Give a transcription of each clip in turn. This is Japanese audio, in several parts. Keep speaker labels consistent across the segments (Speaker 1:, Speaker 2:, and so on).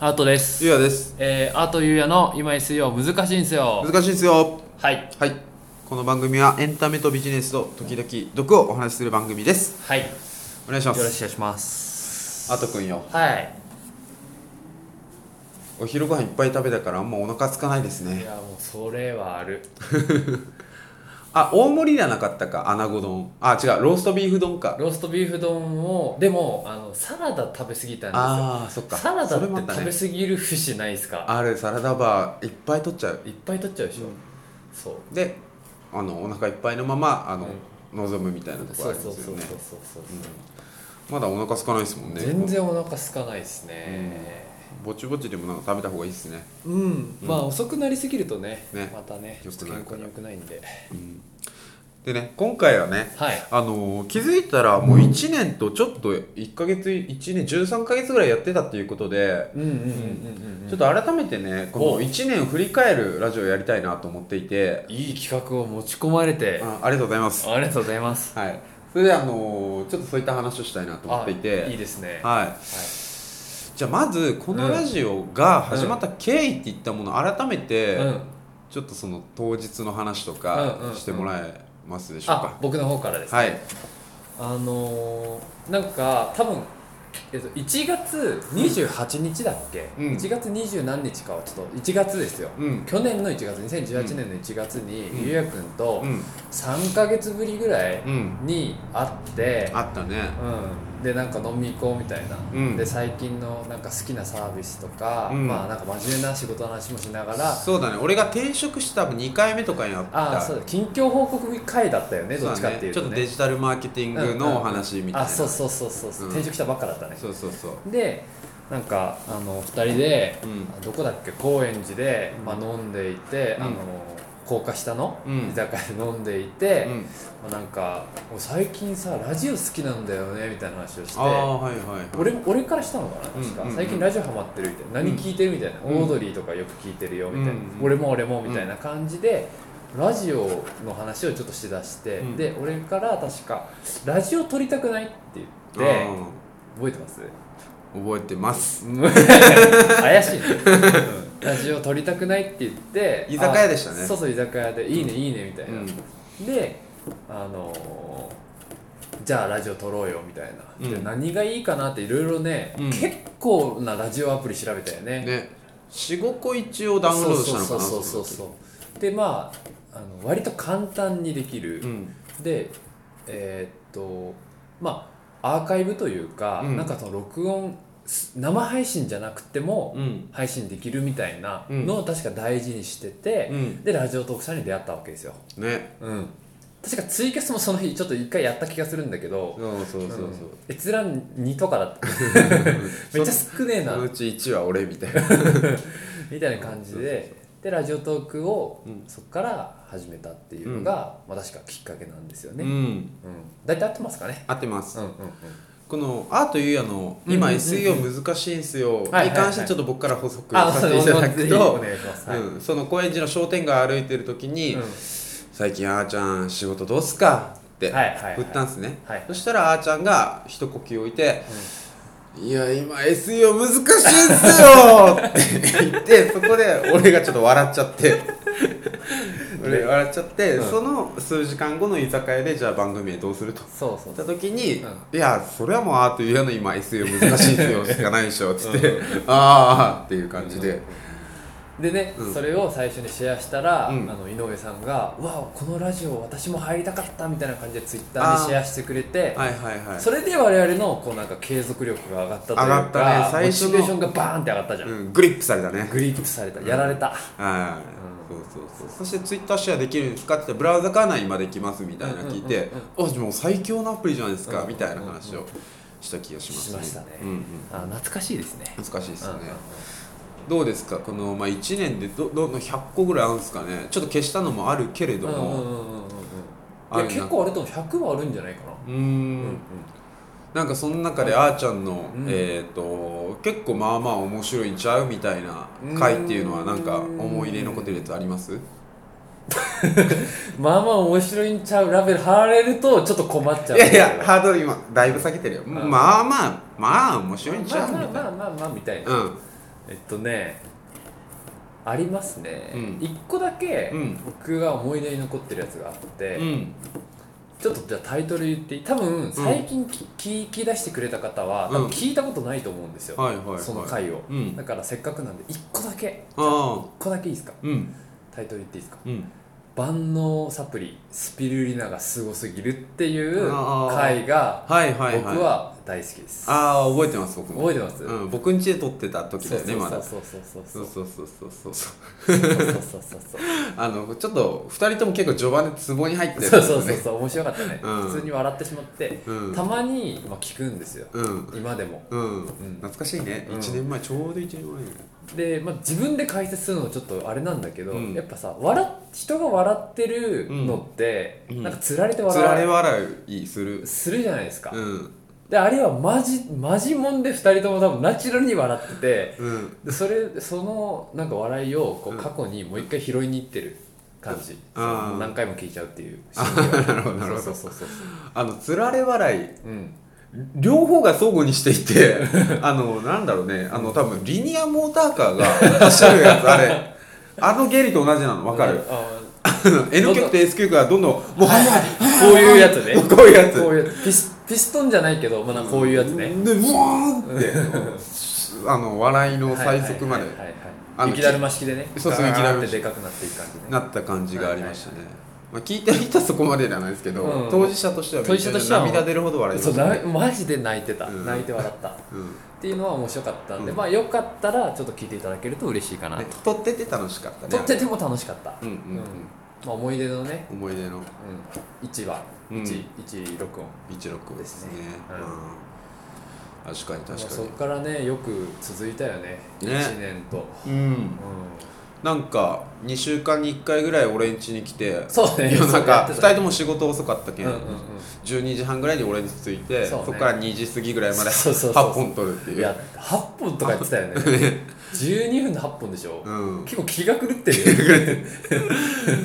Speaker 1: アートです
Speaker 2: ゆうやです
Speaker 1: えー、アートゆうやの今井水曜難しいんすよ
Speaker 2: 難しいですよ
Speaker 1: はい
Speaker 2: はいこの番組はエンタメとビジネスと時々毒をお話しする番組です
Speaker 1: はいよ
Speaker 2: お願いします
Speaker 1: ろしくお願いします
Speaker 2: あとくんよ
Speaker 1: はい
Speaker 2: お昼ご飯いっぱい食べたからあんまお腹空かないです
Speaker 1: い
Speaker 2: ね
Speaker 1: やもうそれはある
Speaker 2: あ大盛りじゃなかったか穴子丼あ違うローストビーフ丼か
Speaker 1: ローストビーフ丼をでもあのサラダ食べ過ぎたんで
Speaker 2: ああそっ
Speaker 1: すよ
Speaker 2: か
Speaker 1: サラダ
Speaker 2: そ
Speaker 1: っ
Speaker 2: れ
Speaker 1: て
Speaker 2: もあった
Speaker 1: 食べ
Speaker 2: ね
Speaker 1: 過ぎる節ないですか
Speaker 2: あるサラダバーいっぱい取っちゃう
Speaker 1: いっぱい取っちゃうでしょ、
Speaker 2: うん
Speaker 1: そう
Speaker 2: であのお腹いっぱいのままあの、
Speaker 1: うん
Speaker 2: 望むみたいなところ
Speaker 1: そ
Speaker 2: あ
Speaker 1: う
Speaker 2: り
Speaker 1: そ
Speaker 2: ま
Speaker 1: う
Speaker 2: す
Speaker 1: そうそ
Speaker 2: よ
Speaker 1: う
Speaker 2: ね
Speaker 1: そうそう、
Speaker 2: まだお腹空かないですもんね
Speaker 1: 全然お腹空かないですね
Speaker 2: ぼちぼちでもなんか食べた方がいいですね
Speaker 1: うん、まあ遅くなりすぎるとね
Speaker 2: ね
Speaker 1: またねちょ
Speaker 2: 良
Speaker 1: っと
Speaker 2: くな
Speaker 1: 健
Speaker 2: い
Speaker 1: 康に良くないんで
Speaker 2: でね今回はね
Speaker 1: はい
Speaker 2: あのー気づいたらもう1年とちょっと1ヶ月1年13ヶ月ぐらいやってたっていうことで、
Speaker 1: うんうんうんうんうん、うん、
Speaker 2: ちょっと改めてね
Speaker 1: お
Speaker 2: この1年を振り返るラジオをやりたいなと思っていて
Speaker 1: いい企画を持ち込まれて
Speaker 2: あありがとうございます、
Speaker 1: ありがとうございます
Speaker 2: はい、それであのーちょっとそういった話をしたいなと思っていて
Speaker 1: あいいですね
Speaker 2: はい、
Speaker 1: は
Speaker 2: じゃあまずこのラジオが始まった経緯っていったものを改め
Speaker 1: い
Speaker 2: て
Speaker 1: うん
Speaker 2: ちょっとその当日の話と
Speaker 1: うんうんう
Speaker 2: か
Speaker 1: ん
Speaker 2: してもらえますでしょう
Speaker 1: あ
Speaker 2: か、
Speaker 1: 僕の方からですね
Speaker 2: はい
Speaker 1: あのーなんか多分えっと、1月28日だっけ、
Speaker 2: うん
Speaker 1: 1月20何日かはちょっと1月ですよ、
Speaker 2: うん
Speaker 1: 去年の1月2018年の1月に、
Speaker 2: うん
Speaker 1: ゆうやくんと
Speaker 2: うん
Speaker 1: 3ヶ月ぶりぐらい
Speaker 2: うん
Speaker 1: に会って、
Speaker 2: あったね
Speaker 1: うん、でなんか飲み行こうみたいな、
Speaker 2: うん
Speaker 1: で最近のなんか好きなサービスとか、
Speaker 2: うん
Speaker 1: まあなんか真面目な仕事の話もしながら
Speaker 2: そうだね俺が転職して多分2回目とかになった
Speaker 1: ああそうだ近況報告会だったよね
Speaker 2: そ
Speaker 1: ど
Speaker 2: う
Speaker 1: っちかっていうと
Speaker 2: だねちょっと
Speaker 1: ね
Speaker 2: デジタルマーケティングのお話みたいな、
Speaker 1: あそうそうそうそうそう
Speaker 2: うん
Speaker 1: 転職したばっかだったね
Speaker 2: そうそうそう
Speaker 1: でなんかあの2人で、
Speaker 2: うん
Speaker 1: あどこだっけ高円寺で、まあ、飲んでいて、
Speaker 2: う
Speaker 1: あ
Speaker 2: ん
Speaker 1: の高架下の
Speaker 2: うん
Speaker 1: 居酒屋で飲んでいて、
Speaker 2: うん
Speaker 1: まあなんか「お最近さラジオ好きなんだよね」みたいな話をして
Speaker 2: ああはいはいはい
Speaker 1: 俺俺からしたのかな確か、
Speaker 2: うんうんうん
Speaker 1: 最近ラジオハマってるみたいな
Speaker 2: うん
Speaker 1: 何聞いてるみたいな、
Speaker 2: うん
Speaker 1: オードリーとかよく聞いてるよみたいな、
Speaker 2: うんうん
Speaker 1: 俺も俺もみたいな感じで、ラジオの話をちょっとして出して、
Speaker 2: うん
Speaker 1: で俺から確か「ラジオ撮りたくない?」って言って覚えてます
Speaker 2: うん覚えてます
Speaker 1: 怪しいね、うんラジオ撮りたくないって言って
Speaker 2: 居酒屋でしたね
Speaker 1: あそうそう居酒屋で「いいねいいね」みたいな、
Speaker 2: う
Speaker 1: であのーじゃあラジオ撮ろうよみたいな、で
Speaker 2: うん
Speaker 1: 何がいいかなっていろいろね、
Speaker 2: うん
Speaker 1: 結構なラジオアプリ調べたよね
Speaker 2: ね45個一応ダウンロードしたのかな
Speaker 1: そうそうそうそうそうでまああの割と簡単にできる、
Speaker 2: うん
Speaker 1: でえーっとまあアーカイブというか、
Speaker 2: うん
Speaker 1: なんかその録音す生配信じゃなくても
Speaker 2: うん
Speaker 1: 配信できるみたいなのを確か大事にしてて、
Speaker 2: うん
Speaker 1: でラジオトークさんに出会ったわけですよ、
Speaker 2: ね
Speaker 1: うん、確かツイキャスもその日ちょっと一回やった気がするんだけど
Speaker 2: そうそうそうそう、
Speaker 1: ん閲覧2とかだった めっちゃ少ねえ
Speaker 2: そ
Speaker 1: な
Speaker 2: のうち1は俺みたいな
Speaker 1: みたいな感じ
Speaker 2: そうそう
Speaker 1: ででラジオトークを
Speaker 2: うん
Speaker 1: そこから始めたっていうのが、まあ、確かきっかけなんですよ
Speaker 2: う
Speaker 1: ね、うん
Speaker 2: ん
Speaker 1: 大体合ってますかね
Speaker 2: 合ってます、
Speaker 1: うんうん
Speaker 2: このアートゆうやの
Speaker 1: うんうんうん
Speaker 2: 今
Speaker 1: うん
Speaker 2: SEO 難しいんすよに
Speaker 1: はいはいはい
Speaker 2: 関してちょっと僕から補足
Speaker 1: うん、あ
Speaker 2: させていただ
Speaker 1: ぜ
Speaker 2: く
Speaker 1: ひ
Speaker 2: と
Speaker 1: お願いします、はい
Speaker 2: うん、その高円寺の商店街歩いてる時に「
Speaker 1: うん
Speaker 2: 最近あーちゃん仕事どうすか?」って
Speaker 1: はいはいはい
Speaker 2: 振ったんですね、
Speaker 1: はい
Speaker 2: そしたらあーちゃんが一呼吸置いて「いや今 SEO 難しいんすよ!」って 言ってそこで俺がちょっと笑っちゃって俺笑っちゃって、
Speaker 1: うん
Speaker 2: その数時間後の居酒屋でじゃあ番組へどうすると。
Speaker 1: そうそう
Speaker 2: った時に、
Speaker 1: う
Speaker 2: いやそれはもうアート言うの今 SEO 難しいですよしかないでしょっつって
Speaker 1: うん
Speaker 2: ああっていう感じで、
Speaker 1: でね、
Speaker 2: うん
Speaker 1: それを最初にシェアしたら、
Speaker 2: うん
Speaker 1: あの井上さんが「わあこのラジオ私も入りたかった」みたいな感じでツイッターにシェアしてくれて、
Speaker 2: はいはいはい
Speaker 1: それで我々のこうなんか継続力が上がったというか
Speaker 2: 上がったね最初の
Speaker 1: モチベーションがバーンって上がったじゃん、
Speaker 2: うん、グリップされたね
Speaker 1: グリップされたやられた、
Speaker 2: はい、そうそうそうそしてツイッターシェアできるんですかって言ったらブラウザから今できますみたいな聞いて、あでも最強のアプリじゃないですか、
Speaker 1: うん
Speaker 2: みたいな話をした気がします
Speaker 1: しましたね
Speaker 2: うんうん、
Speaker 1: あ懐かしいですね
Speaker 2: 難しいですよね、
Speaker 1: うんうんうん
Speaker 2: どうですかこの、まあ、1年でどどんどん100個ぐらいあるんですかねちょっと消したのもあるけれど
Speaker 1: うんうん
Speaker 2: も
Speaker 1: うんうんうんい
Speaker 2: あ
Speaker 1: や
Speaker 2: るな
Speaker 1: 結構あれとも100はあるんじゃないかな
Speaker 2: うーん
Speaker 1: うんうん
Speaker 2: なんかその中であーちゃんの、
Speaker 1: うん
Speaker 2: えー、と結構まあまあ面白いんちゃうみたいな回っていうのはなんか思い入れ残ってるやつあります
Speaker 1: まあまあ面白いんちゃうラベル貼られるとちょっと困っちゃう
Speaker 2: いやいやハードル今だいぶ下げてるよ、まあまあまあ面白いんち
Speaker 1: ま
Speaker 2: ゃ
Speaker 1: あ
Speaker 2: うみ
Speaker 1: まあ
Speaker 2: たい
Speaker 1: まあ
Speaker 2: な
Speaker 1: まあまあみたいな、
Speaker 2: うん
Speaker 1: えっとねありますね、
Speaker 2: うん
Speaker 1: 一個だけ
Speaker 2: うん
Speaker 1: 僕が思い出に残ってるやつがあって、
Speaker 2: うん
Speaker 1: ちょっとじゃあタイトル言っていい多分最近き、聞き出してくれた方は多
Speaker 2: う
Speaker 1: 分
Speaker 2: ん
Speaker 1: 聞いたことないと思うんですよ、
Speaker 2: はいはいはい
Speaker 1: その回を、
Speaker 2: うん
Speaker 1: だからせっかくなんで一個だけ
Speaker 2: ああ
Speaker 1: 一個だけいいですか
Speaker 2: うん
Speaker 1: タイトル言っていいですか
Speaker 2: うん
Speaker 1: 万能サプリスピルリナがすごすぎるっていう
Speaker 2: あー
Speaker 1: 回が
Speaker 2: はいはいはい
Speaker 1: 僕は大好きです、
Speaker 2: ああ覚えてます僕も
Speaker 1: 覚えてます、
Speaker 2: うん、僕ん家で撮ってた時だよねまだ
Speaker 1: そうそうそうそ
Speaker 2: そうう
Speaker 1: そう
Speaker 2: そうそうそうそうそ
Speaker 1: そう
Speaker 2: う
Speaker 1: そうそう
Speaker 2: あのちょっと2人とも結構序盤でツボに入ってた
Speaker 1: そうそうそ
Speaker 2: ね
Speaker 1: うそう面白かったね、
Speaker 2: うん
Speaker 1: 普通に笑ってしまって、
Speaker 2: うん
Speaker 1: たまに、まあ、聞くんですよ
Speaker 2: うん
Speaker 1: 今でも
Speaker 2: うん懐かしいね、
Speaker 1: うん
Speaker 2: 1年前ちょうど1年前
Speaker 1: で、まあ、自分で解説するのはちょっとあれなんだけど、
Speaker 2: うん
Speaker 1: やっぱさ笑っ人が笑ってるのって、
Speaker 2: うん
Speaker 1: なんかつられて
Speaker 2: つら
Speaker 1: 笑
Speaker 2: れ
Speaker 1: う
Speaker 2: 笑いする
Speaker 1: するじゃないですか、
Speaker 2: うん
Speaker 1: であれはマジマジもんで2人とも多分ナチュラルに笑ってて
Speaker 2: うん
Speaker 1: でそれそのなんか笑いをこう
Speaker 2: う
Speaker 1: ん過去にもう一回拾いに行ってる感じ、
Speaker 2: あー
Speaker 1: その何回も聞いちゃうっていう
Speaker 2: なるほどなるほ
Speaker 1: そう
Speaker 2: ど
Speaker 1: そうそうそう
Speaker 2: あのつられ笑い
Speaker 1: うん
Speaker 2: 両方が相互にしていて あのなんだろうねあの多分リニアモーターカーが走るやつあれあの原理と同じなの分かる、
Speaker 1: あーど
Speaker 2: N
Speaker 1: んどん
Speaker 2: 極と S 極がどんどんもう速い
Speaker 1: こういうやつね。
Speaker 2: こういうやつ
Speaker 1: こういうピスピストンじゃないけど、まあ、なんかこういうやつね。
Speaker 2: で、もーンって、 あの、笑いの最速まで
Speaker 1: はいはいはい
Speaker 2: あ
Speaker 1: はい
Speaker 2: の
Speaker 1: 雪だるま式でね。
Speaker 2: そうそう
Speaker 1: ガー
Speaker 2: 雪だるま
Speaker 1: って
Speaker 2: 式
Speaker 1: でかくなっていく感じね。
Speaker 2: なった感じがありましたね。まあ、聞いてる人はそこまでじゃないですけど、
Speaker 1: うん
Speaker 2: 当事者としてはめ
Speaker 1: 当
Speaker 2: っ
Speaker 1: 事
Speaker 2: ち
Speaker 1: 者
Speaker 2: ゃ
Speaker 1: としては
Speaker 2: 涙出るほど笑いま
Speaker 1: そう
Speaker 2: した
Speaker 1: な
Speaker 2: ね。
Speaker 1: マジで泣いてた、
Speaker 2: うん
Speaker 1: 泣いて笑ったっ
Speaker 2: うん
Speaker 1: ていうのは面白かったんで、
Speaker 2: うん
Speaker 1: まあよかったらちょっと聞いていただけると嬉しいかなと、
Speaker 2: ね撮ってて楽しかったね。
Speaker 1: 撮ってても楽しかった、
Speaker 2: うんうんうん
Speaker 1: まあ、思い出のね、
Speaker 2: 思い出の
Speaker 1: うん、1話
Speaker 2: うん
Speaker 1: 1、1録音、
Speaker 2: 一六ですね
Speaker 1: ですね。
Speaker 2: う
Speaker 1: うん
Speaker 2: ん確かに
Speaker 1: まあ、
Speaker 2: 確か
Speaker 1: そこからねよく続いたよね
Speaker 2: ね
Speaker 1: 1年と、
Speaker 2: に。うん。
Speaker 1: う
Speaker 2: なんか2週間に1回ぐらい俺ん家に来て
Speaker 1: ん、、そうね
Speaker 2: 夜中2人
Speaker 1: と
Speaker 2: とも仕事遅かったけ
Speaker 1: うん
Speaker 2: ん
Speaker 1: うんうん、
Speaker 2: 12時半ぐらいに俺に着いて
Speaker 1: そ
Speaker 2: そう
Speaker 1: ね
Speaker 2: こから2時過ぎぐらいまで
Speaker 1: そうそうそうそう
Speaker 2: 8本取るって
Speaker 1: い
Speaker 2: いう
Speaker 1: や8本とか言ってたよね 12分で8本でしょ、
Speaker 2: うんね
Speaker 1: 結構気が狂ってるよ、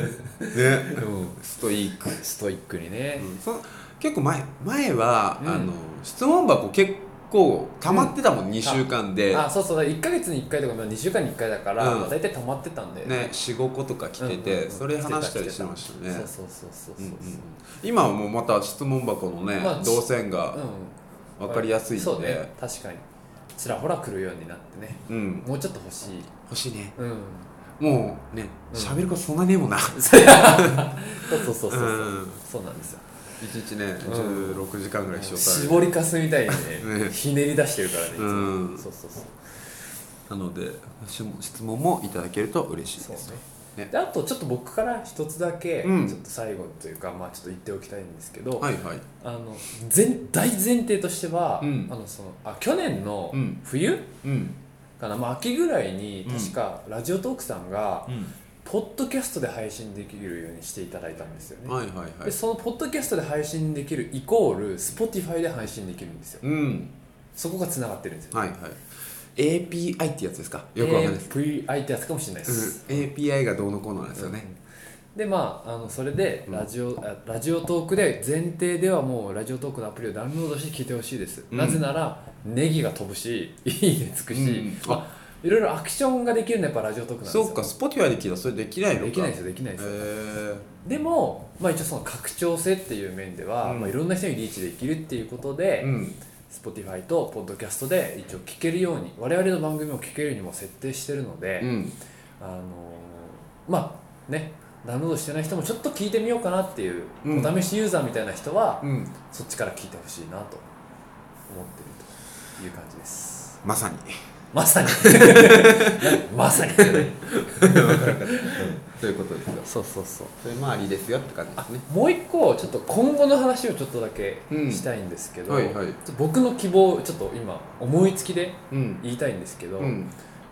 Speaker 1: うん、
Speaker 2: ストイック、
Speaker 1: ストイックにね、
Speaker 2: うんそ結構前前は、
Speaker 1: うん
Speaker 2: あの質問箱結構溜まってたもん、2週間で、
Speaker 1: あそうそう1か月に1回とかまあ2週間に1回だから、
Speaker 2: うん
Speaker 1: まあ、大体溜まってたんで
Speaker 2: ね、45個とか来てて、
Speaker 1: うんうんうん
Speaker 2: それ話したりしてましたね
Speaker 1: そうそうそうそう
Speaker 2: う
Speaker 1: そ
Speaker 2: ん
Speaker 1: う
Speaker 2: うん今はもうまた質問箱のね、
Speaker 1: まあ
Speaker 2: 動線
Speaker 1: う
Speaker 2: が
Speaker 1: ん
Speaker 2: 分かりやすいんで、
Speaker 1: そうね確かにちらほら来るようになってね
Speaker 2: うん、
Speaker 1: もうちょっと欲しい
Speaker 2: 欲しいね
Speaker 1: うん
Speaker 2: もうね
Speaker 1: うん
Speaker 2: 喋、ることそんなねえもんな
Speaker 1: そうそうそうそうそう、
Speaker 2: うん
Speaker 1: そうなんですよ
Speaker 2: 1日ね
Speaker 1: うん
Speaker 2: 16時間ぐらいしようとある
Speaker 1: 絞りかすみたいにね
Speaker 2: ね
Speaker 1: ひねり出してるからねいつも
Speaker 2: うん
Speaker 1: そうそうそう
Speaker 2: なのでし質問もいただけると嬉しい
Speaker 1: そうね
Speaker 2: です。ね
Speaker 1: であとちょっと僕から一つだけちょ
Speaker 2: うん
Speaker 1: っと最後というか、まあちょっと言っておきたいんですけど、
Speaker 2: はいはい。
Speaker 1: あの全大前提としては、
Speaker 2: うん
Speaker 1: あのそのあ去年の
Speaker 2: うん
Speaker 1: 冬
Speaker 2: うん
Speaker 1: かな、まあ、秋ぐらいに
Speaker 2: うん
Speaker 1: 確かラジオトークさんが、
Speaker 2: う
Speaker 1: ポッドキャストで配信できるようにしていただいたんですよね、
Speaker 2: はいはいは
Speaker 1: で
Speaker 2: い。
Speaker 1: そのポッドキャストで配信できるイコール Spotify で配信できるんですよ
Speaker 2: うん
Speaker 1: そこがつながってるんですよ、
Speaker 2: はいはい。API ってやつですか。よくわかんないです。
Speaker 1: API ってやつかもしれないです、
Speaker 2: うん API がどうのこうのなんですよね。
Speaker 1: でまあ、あのそれでラジオ、あラジオトークで前提ではもうラジオトークのアプリをダウンロードして聞いてほしいです、
Speaker 2: うん
Speaker 1: なぜならネギが飛ぶしいいねつくし、
Speaker 2: うん
Speaker 1: まあ、いろいろアクションができるのはやっぱラジオトークなんですよ
Speaker 2: そうか Spotify で聞いたらそれできないのか。
Speaker 1: できないですよできないですよ、
Speaker 2: へ
Speaker 1: でも、まあ、一応その拡張性っていう面では、
Speaker 2: うん
Speaker 1: まあ、いろんな人にリーチできるっていうことで、
Speaker 2: え。うん。
Speaker 1: Spotify と Podcast で一応聞けるように我々の番組を聞けるようにも設定してるので、
Speaker 2: うん。
Speaker 1: あのーまあねダウンロードしてない人もちょっと聞いてみようかなっていう、
Speaker 2: うん
Speaker 1: お試しユーザーみたいな人は、
Speaker 2: うん。
Speaker 1: そっちから聞いてほしいなと思ってるという感じです
Speaker 2: ま さに。
Speaker 1: まさにまさにじゃない
Speaker 2: ということですよ。
Speaker 1: そうそうそう
Speaker 2: それ周りですよって感じですね。
Speaker 1: もう一個ちょっと今後の話をちょっとだけ
Speaker 2: うん
Speaker 1: したいんですけど、
Speaker 2: はいはい
Speaker 1: ちょっと僕の希望をちょっと今思いつきで
Speaker 2: うん。
Speaker 1: 言いたいんですけど、
Speaker 2: うん。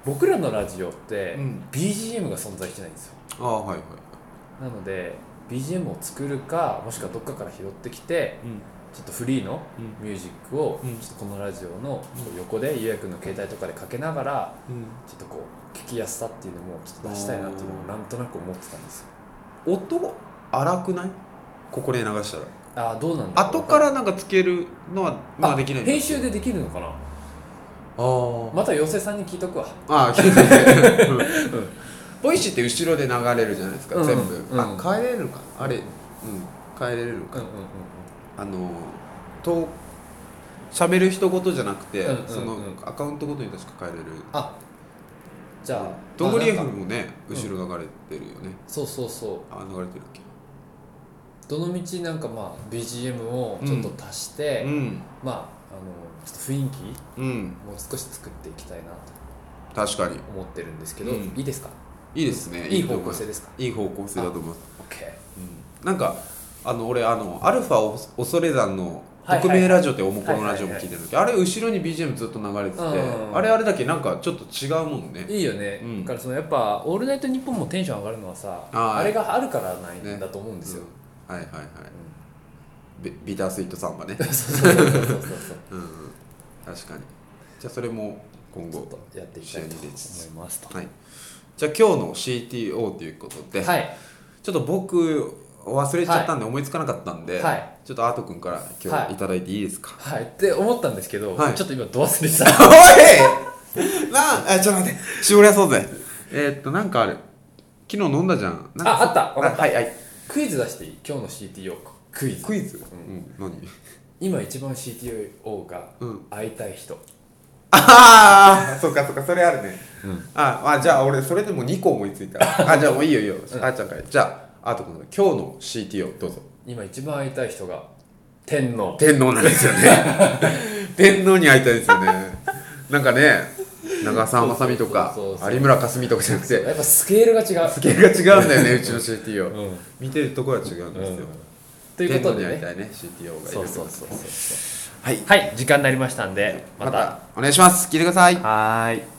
Speaker 1: 僕らのラジオって、
Speaker 2: うん
Speaker 1: BGM が存在してないんですよ
Speaker 2: ああはいはい。
Speaker 1: なので BGM を作るかもしくはどっかから拾ってきて
Speaker 2: うん。
Speaker 1: ちょっとフリーの
Speaker 2: う
Speaker 1: ミュージックを
Speaker 2: うん
Speaker 1: ちょっとこのラジオの横でゆうやくんの携帯とかでかけながら
Speaker 2: うん。
Speaker 1: ちょっとこう聞きやすさっていうのもちょっと出したいなっていうのをなんとなく思ってたんですよ
Speaker 2: 音荒くない？ここで流したら。
Speaker 1: ああどうなんだろう
Speaker 2: 後からなんかつけるのはまあできないんだ
Speaker 1: 編集でできるのかな
Speaker 2: あ
Speaker 1: また妖精さんに聞いとくわ
Speaker 2: ああ聞いてて うんボイシーって後ろで流れるじゃないですか、
Speaker 1: うん
Speaker 2: 全部、
Speaker 1: うん
Speaker 2: あ帰れるかあれうん帰れるか、あのと喋る人ごとじゃなくて、
Speaker 1: うんうんうん
Speaker 2: そのアカウントごとに確か帰れる
Speaker 1: あじゃあ
Speaker 2: ドングリ F
Speaker 1: まあなんか
Speaker 2: もね
Speaker 1: うん
Speaker 2: 後ろ流れてるよね、
Speaker 1: そうそうそう
Speaker 2: あ流れてるっ
Speaker 1: どの道なんかまあ BGM をちょっと足し
Speaker 2: け
Speaker 1: て、
Speaker 2: うん
Speaker 1: まああのちょっと雰囲気
Speaker 2: うん
Speaker 1: もう少し作っていきたいなと
Speaker 2: 確かに
Speaker 1: 思ってるんですけど、
Speaker 2: うん
Speaker 1: いいですか
Speaker 2: いいですね
Speaker 1: いい
Speaker 2: と
Speaker 1: 方
Speaker 2: 思ま
Speaker 1: 向
Speaker 2: す
Speaker 1: 性ですか
Speaker 2: いい方向性だと思います
Speaker 1: OK
Speaker 2: なんかあの俺あのアルファお恐れ山の
Speaker 1: はいはい
Speaker 2: 匿名ラジオってオモコのラジオも
Speaker 1: はい
Speaker 2: 聞
Speaker 1: はいい
Speaker 2: てる時あれ後ろに BGM ずっと流れてて
Speaker 1: うん
Speaker 2: あれあれだけなんかちょっと違うもんね
Speaker 1: いいよね、
Speaker 2: うん
Speaker 1: だからそのやっぱ「オールナイトニッポン」もテンション上がるのはさ
Speaker 2: あー
Speaker 1: あれがあるからない
Speaker 2: ね
Speaker 1: んだと思うんですよ、
Speaker 2: うんはいはいはいビビタースイートサンバね
Speaker 1: そうそうそうそうそう
Speaker 2: うんうん確かにじゃあそれも今
Speaker 1: ちょっ
Speaker 2: 後
Speaker 1: とやっていきたいと思いますと
Speaker 2: はいじゃあ今日の CTO ということで
Speaker 1: はい
Speaker 2: ちょっと僕忘れちゃったんで思いつかなかったんで
Speaker 1: はい
Speaker 2: ちょっとアート君から今
Speaker 1: は
Speaker 2: 日
Speaker 1: い
Speaker 2: いただいていいですか
Speaker 1: はいって思ったんですけど、
Speaker 2: はい
Speaker 1: ちょっと今ど忘れて た
Speaker 2: おいなああちょっと待って絞り出そうぜえーっとなんかある昨日飲んだじゃんなんか
Speaker 1: ああったわかった
Speaker 2: はいはい
Speaker 1: クイズ出していい今日の CTO クイズ
Speaker 2: クイズ、
Speaker 1: う
Speaker 2: 何
Speaker 1: 今一番 CTO が
Speaker 2: うん
Speaker 1: 会いたい人、
Speaker 2: ああそうかそうかそれあるね、ああじゃあ俺それでも2個思いついたあじゃあもういいよいいよ、あーちゃんからじゃああーと君今日の CTO どうぞ
Speaker 1: 今一番会いたい人が天皇
Speaker 2: 天皇なんですよね天皇に会いたいです よねなんかね長澤まさみとか
Speaker 1: そうそうそうそう
Speaker 2: 有村架純とかじゃなくて
Speaker 1: やっぱスケールが違う
Speaker 2: スケールが違うんだよねうちの CTO、
Speaker 1: うん、
Speaker 2: 見てるところは違うんですよ、
Speaker 1: ということで
Speaker 2: 天皇に会い
Speaker 1: ね
Speaker 2: たいね CTO がいる
Speaker 1: そうそうそうそうそう
Speaker 2: はい
Speaker 1: はい時間になりましたんでま
Speaker 2: ま
Speaker 1: た
Speaker 2: たお願いします聞いてください
Speaker 1: はーい